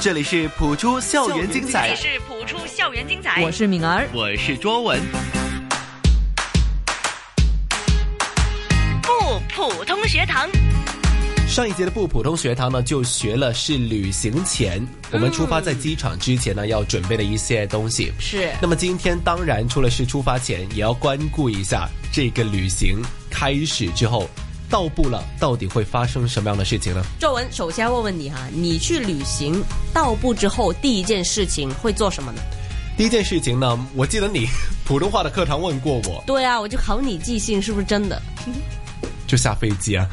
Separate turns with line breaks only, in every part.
这里是普出校园精彩，
是谱出校园精彩
我是敏儿，
我是卓文。
不普通学堂。
上一节的不普通学堂呢，就学了是旅行前我们出发在机场之前呢，要准备的一些东西。
是
那么今天当然除了是出发前，也要关顾一下这个旅行开始之后到步了，到底会发生什么样的事情呢？
皱文。首先要问问你哈，你去旅行到步之后，第一件事情会做什么呢？
第一件事情呢，我记得你普通话的课堂问过我，
对啊，我就考你记性是不是真的？
就下飞机 啊，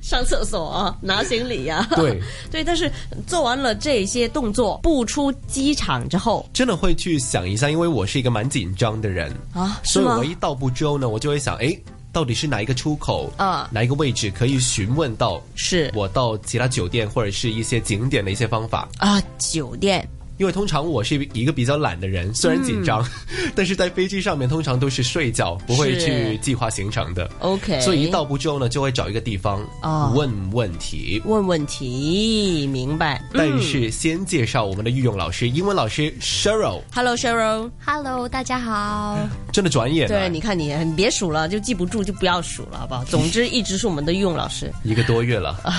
上厕所啊，拿行李呀、
对，
对，但是做完了这些动作，步出机场之后
真的会去想一下，因为我是一个蛮紧张的人
啊，是
所以
吗
我？一到步之后呢，我就会想，哎，到底是哪一个出口
啊
哪一个位置可以询问到
是
我到其他酒店或者是一些景点的一些方法？
啊，酒店
因为通常我是一个比较懒的人，虽然紧张，
嗯
但是在飞机上面通常都是睡觉，不会
是
去计划行程的。
OK，
所以一到步之后呢，就会找一个地方
哦嗯
问问题。
问问题，明白？嗯
但是先介绍我们的御用老师，英文老师 Cheryl，
Hello Cheryl，
Hello，大家好。
真的转眼
对，
了
你看你，你别数了，就记不住就不要数了，好 不好？总之，一直是我们的御用老师。
一个多月了。
啊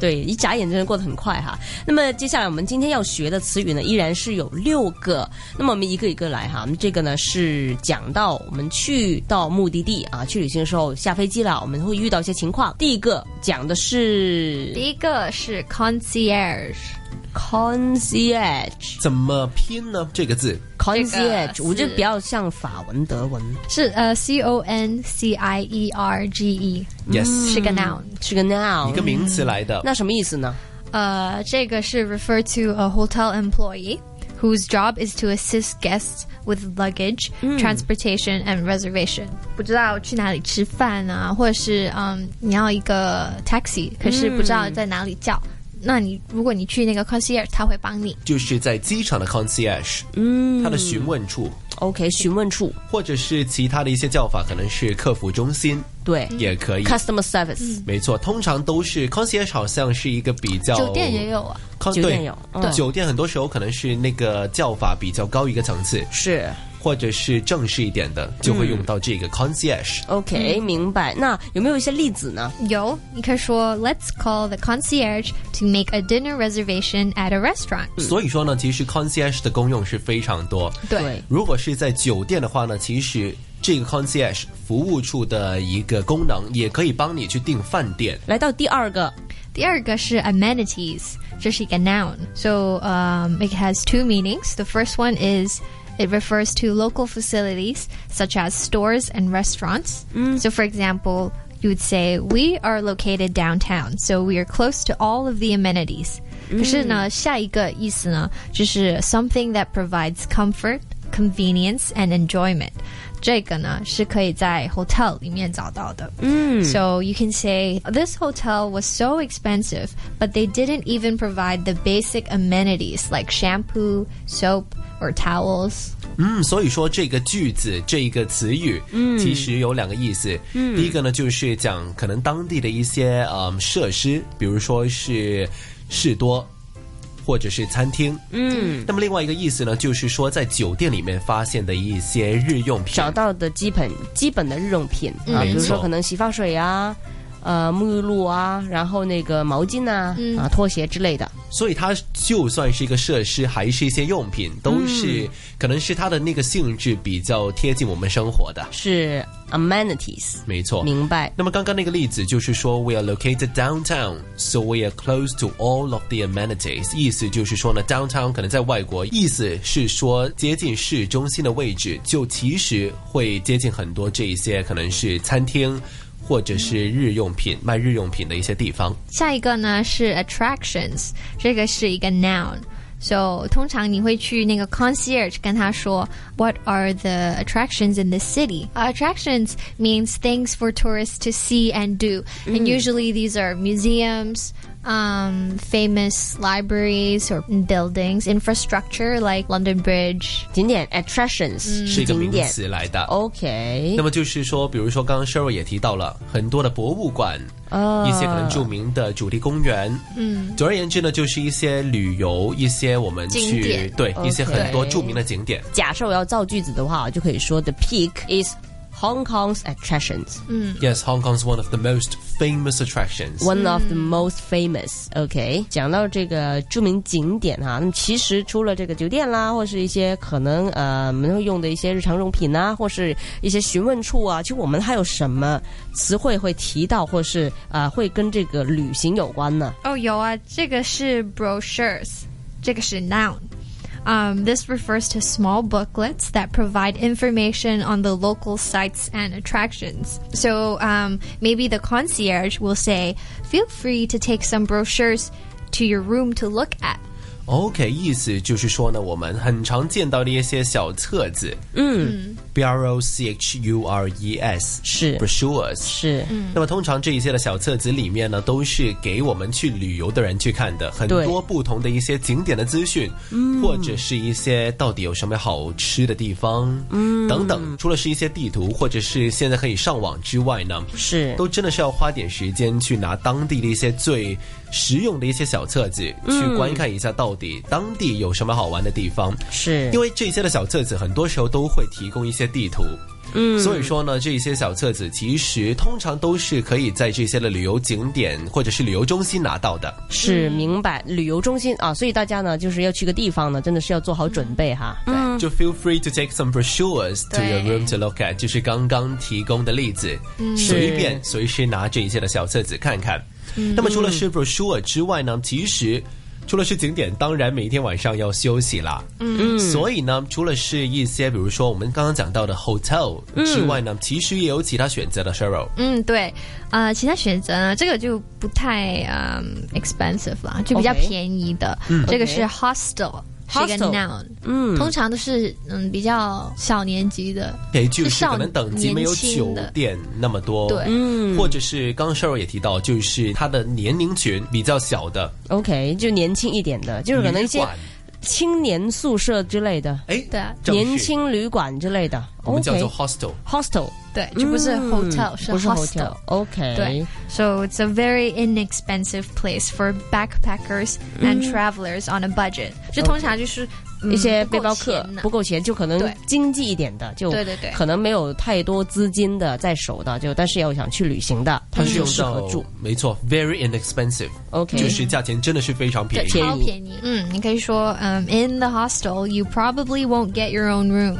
对，一眨眼真的过得很快哈。那么接下来我们今天要学的词语呢，依然是有六个。那么我们一个一个来哈。我们这个呢是讲到我们去到目的地啊，去旅行的时候下飞机了，我们会遇到一些情况。第一个讲的是
第一个是 concierge，
concierge，concierge，
怎么拼呢？这个字
是
我觉得比较像法文、德文，
是呃 c o n c i e r g e，
，yes，、
是个 noun。
是个 noun
一个。名词来的。
那什么意思呢？
呃，这个是 refer to a hotel employee whose job is to assist guests with luggage, transportation and reservation。不知道去哪里吃饭啊，或者是嗯，你要一个 taxi，可是不知道在哪里叫。那你如果你去那个 concierge，他会帮你。
就是在机场的 concierge，嗯，它的询问处，
OK，询问处
或者是其他的一些叫法，可能是客服中心
对
也可以。
，customer service
没错，通常都是 concierge，好像是一个比较
酒店也有啊。
con-
酒店
对
有嗯
酒店很多时候可能是那个叫法比较高一个层次，
是。
或者是正式一点的，就会用到这个 concierge。
OK，、明白。那有没有一些例子呢？
有，你可以说 Let's call the concierge to make a dinner reservation at a restaurant。
所以说呢，其实 concierge 的功用是非常多。
对
如果是在酒店的话呢，其实这个 concierge 服务处的一个功能，也可以帮你去订饭店。
来到第二个，
第二个是 amenities，这是一个 noun。So um, it has two meanings. The first one is It refers to local facilities such as stores and restaurants. So, for example, you would say, We are located downtown, so we are close to all of the amenities. 可是呢，下一个意思呢，就是 something that provides comfort, convenience, and enjoyment. 这个呢，是可以在 hotel 里面找到的。So you can say this hotel was so expensive, but they didn't even provide the basic amenities like shampoo, soap, or towels.
嗯，所以说这个句子这一个词语，嗯，其实有两个意思。嗯，第一个呢，就是讲可能当地的一些嗯设施，比如说是士多。或者是餐厅，嗯，那么另外一个意思呢，就是说在酒店里面发现的一些日用品，
找到的基本基本的日用品啊，
没
比如说
错
可能洗发水啊。呃，沐浴露啊，然后那个毛巾啊，啊，拖鞋之类的，
所以它就算是一个设施，还是一些用品，都是、可能是它的那个性质比较贴近我们生活的，
是 amenities。
没错。
明白
那么刚刚那个例子就是说，we are located downtown, so we are close to all of the amenities。意思就是说呢，downtown 可能在外国意思是说接近市中心的位置，就其实会接近很多这一些可能是餐厅或者是日用品卖日用品的一些地方。
下一个呢是 attractions，这个是一个 noun。So 通常你会去那个 concierge 跟他说 What are the attractions in this city? Uh, attractions means things for tourists to see and do, and usually these are museums. um, famous libraries or buildings, infrastructure like London Bridge.
景点 attractions、
是一个
景
名
点。
词来的。
OK，
那么就是说，比如说刚刚 Sheryl 也提到了很多的博物馆，
啊
一些可能著名的主题公园，嗯，总而言之呢，就是一些旅游，一些我们
景
去
点
对
OK
一些很多著名的景点。
假设我要造句子的话，我就可以说 The peak is Hong Kong's attractions,
Yes, Hong Kong's one of the most famous attractions.
one of the most famous. OK，讲到这个著名景点哈，那么其实除了这个酒店啦，或是一些可能呃我们会用的一些日常用品啊，或是一些询问处啊，其实我们还有什么词汇会提到，或是呃会跟这个旅行有关呢？
Oh, 有啊，这个是 brochures，这个是 noun。Um, this refers to small booklets that provide information on the local sites and attractions. So um, maybe the concierge will say, "Feel free to take some brochures to your room to look at."
OK，意思就是说呢，我们很常见到的一些小册子，嗯，B R O C H U R E S
是
brochures。
是，
那么通常这一些的小册子里面呢，都是给我们去旅游的人去看的，很
对嗯
多不同的一些景点的资讯，或者是一些到底有什么好吃的地方，嗯，等等。除了是一些地图，或者是现在可以上网之外呢，
是
都真的是要花点时间去拿当地的一些最实用的一些小册子
嗯
去观看一下，到底当地有什么好玩的地方。
是，
因为这些的小册子很多时候都会提供一些地图。嗯，所以说呢，这一些小册子其实通常都是可以在这些的旅游景点或者是旅游中心拿到的。
是明白旅游中心啊，所以大家呢，就是要去个地方呢，真的是要做好准备哈。
对，就 feel free to take some brochures to your
对
room to look at，就是刚刚提供的例子，随便随时拿这一些的小册子看看。那么除了是 brochure 之外呢，其实。除了是景点，当然每天晚上要休息啦。嗯，所以呢，除了是一些比如说我们刚刚讲到的 hotel 之外呢，其实也有其他选择的 s h e r y l
嗯，对，呃，其他选择呢，这个就不太嗯 expensive 啦，就比较
OK
便宜的。这个是
OK
hostel，是一个
Hostel
noun，嗯，通常都是嗯比较小年级的，
也就是
少
可能等级没有
年轻
酒
的
店那么多，
对
嗯，或者是刚刚 s h e r y l 也提到，就是它的年龄群比较小的，
OK，就年轻一点的，就是可能一些青年宿舍之类的，
哎，
对啊
正是
年轻旅馆之类的。
我们叫
OK
做 hostel。
hostel，
对，就不是
嗯
hotel，、是
不是
hostel。
hotel。OK，
对，so it's a very inexpensive place for backpackers and travelers on a budget，、就通常就是、嗯
一些背包
不够
客
钱呐
不够钱，就可能
对
经济一点的，就
对对对
可能没有太多资金的在手的，就但是要想去旅行的，
它
它
是
就
用
适合
到
住。，
没错，very inexpensive，
OK，
就是价钱真的是非常便宜。
便宜
超便宜。嗯，你可以说，嗯、i n the hostel you probably won't get your own room。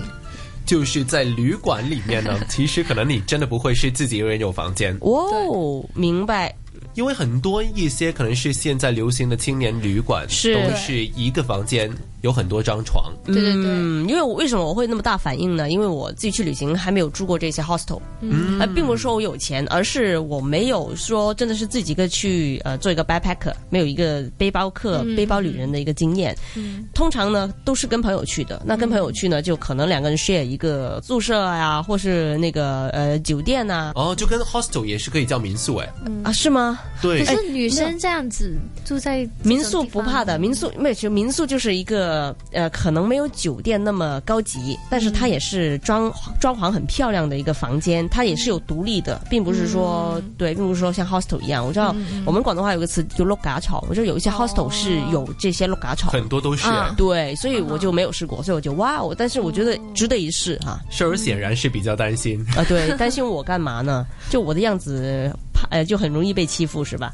就是在旅馆里面呢，其实可能你真的不会是自己一个人有房间，
哦，明白，
因为很多一些可能是现在流行的青年旅馆，
是
都是一个房间有很多张床。
对对对。
嗯，因为我为什么我会那么大反应呢？因为我自己去旅行还没有住过这些 hostel，嗯，呃，并不是说我有钱，而是我没有说真的是自己一个去呃做一个 backpacker，没有一个背包客、背包旅人的一个经验。嗯，通常呢都是跟朋友去的，那跟朋友去呢，就可能两个人 share 一个宿舍呀、或是那个呃酒店呐、
哦，就跟 hostel 也是可以叫民宿哎，
啊，是吗？
对
可，是女生这样子住在
民宿不怕的，民宿没有，其实民宿就是一个呃，可能没有酒店那么高级，但是它也是装装潢很漂亮的一个房间，它也是有独立的，并不是说、对，并不是说像 hostel 一样。我知道、
嗯
我们广东话有个词就 l 嘎草，我知道有一些 hostel 是有这些 l 嘎草。
很多都是。
嗯
对，所以我就没有试过，所以我就哇哦！但是我觉得值得一试哈
事儿显然是比较担心。
啊、对，担心我干嘛呢？就我的样子，怕呃，就很容易被欺负是吧？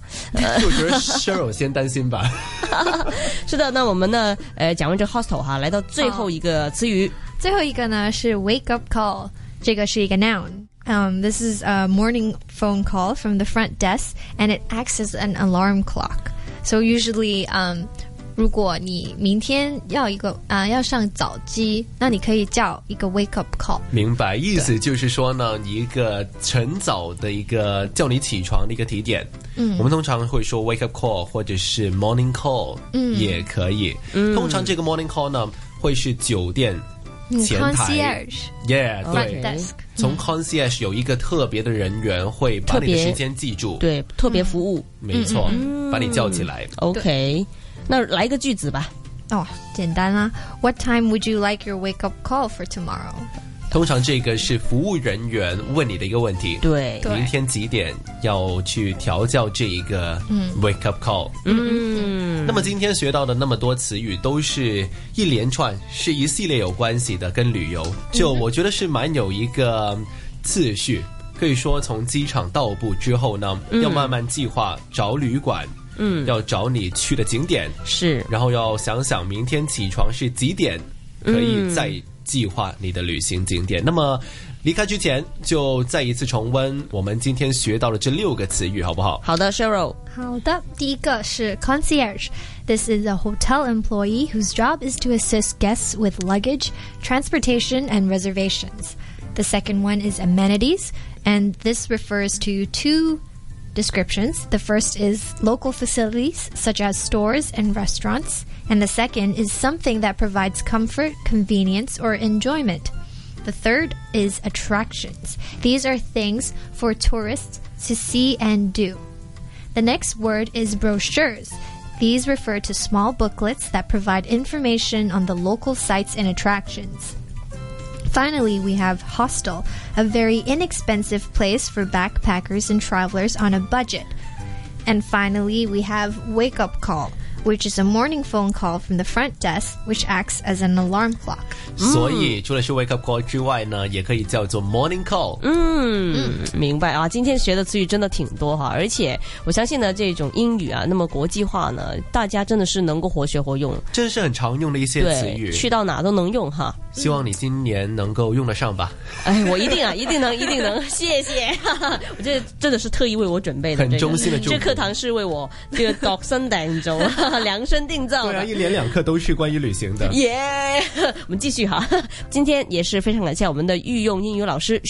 就觉得 Cheryl 先担心吧。
是的，那我们呢，呃，讲完这 hostel 哈，来到最后一个词语。
最后一个呢是 wake up call，这个是一个 noun。Um, this is a morning phone call from the front desk, and it acts as an alarm clock. So usually, um, 如果你明天要一个啊、要上早机，那你可以叫一个 wake up call。
明白，意思就是说呢，一个晨早的一个叫你起床的一个提点。嗯，我们通常会说 wake up call 或者是 morning call，嗯，也可以。嗯，通常这个 morning call 呢，会是酒店前台
concierge
，yeah，
OK
对
front desk，
从 concierge 有一个特别的人员会把
特
你的
别
时间记住，，
对，特别服务。
没错，把你叫起来。
OK，那来一个句子吧。
哦，简单啦。What time would you like your wake up call for tomorrow？
通常这个是服务人员问你的一个问题，
对，
对
明天几点要去调教这一个 wake up call？
嗯，
那么今天学到的那么多词语，都是一连串，是一系列有关系的，跟旅游，就我觉得是蛮有一个次序。可以说，从机场到步之后呢，要慢慢计划找旅馆，嗯，要找你去的景点，
是
然后要想想明天起床是几点，可以再计划你的旅行景点。那么离开之前，就再一次重温我们今天学到的这六个词语，好不好？
好的，Cheryl。
好的，第一个是 concierge。This is a hotel employee whose job is to assist guests with luggage, transportation, and reservations. The second one is amenities, and this refers to two descriptions. The first is local facilities such as stores and restaurants, and the second is something that provides comfort, convenience, or enjoyment. The third is attractions. These are things for tourists to see and do. The next word is brochures. These refer to small booklets that provide information on the local sites and attractions. Finally, we have hostel, a very inexpensive place for backpackers and travelers on a budget. And finally, we have wake up call, which is a morning phone call from the front desk, which acts as an alarm clock.
嗯
所以除了是 wake up call 之外呢，也可以叫做 morning call。
嗯，明白啊。今天学的词语真的挺多哈，而且我相信呢，这种英语啊，那么国际化呢，大家真的是能够活学活用，
真是很常用的一些词
对，
语，
去嗯到哪都能用哈。
希望你今年能够用得上吧。
哎，我一定啊，一定能，一定能，谢 谢。我这真的是特意为我准备的，
很
这个
衷心地祝
这
福
课堂是为我这个度身订造、 量身定造的。
啊连两课都是关于 旅行的
耶我们继续哈。今天也是非常感谢我们的御用英语老师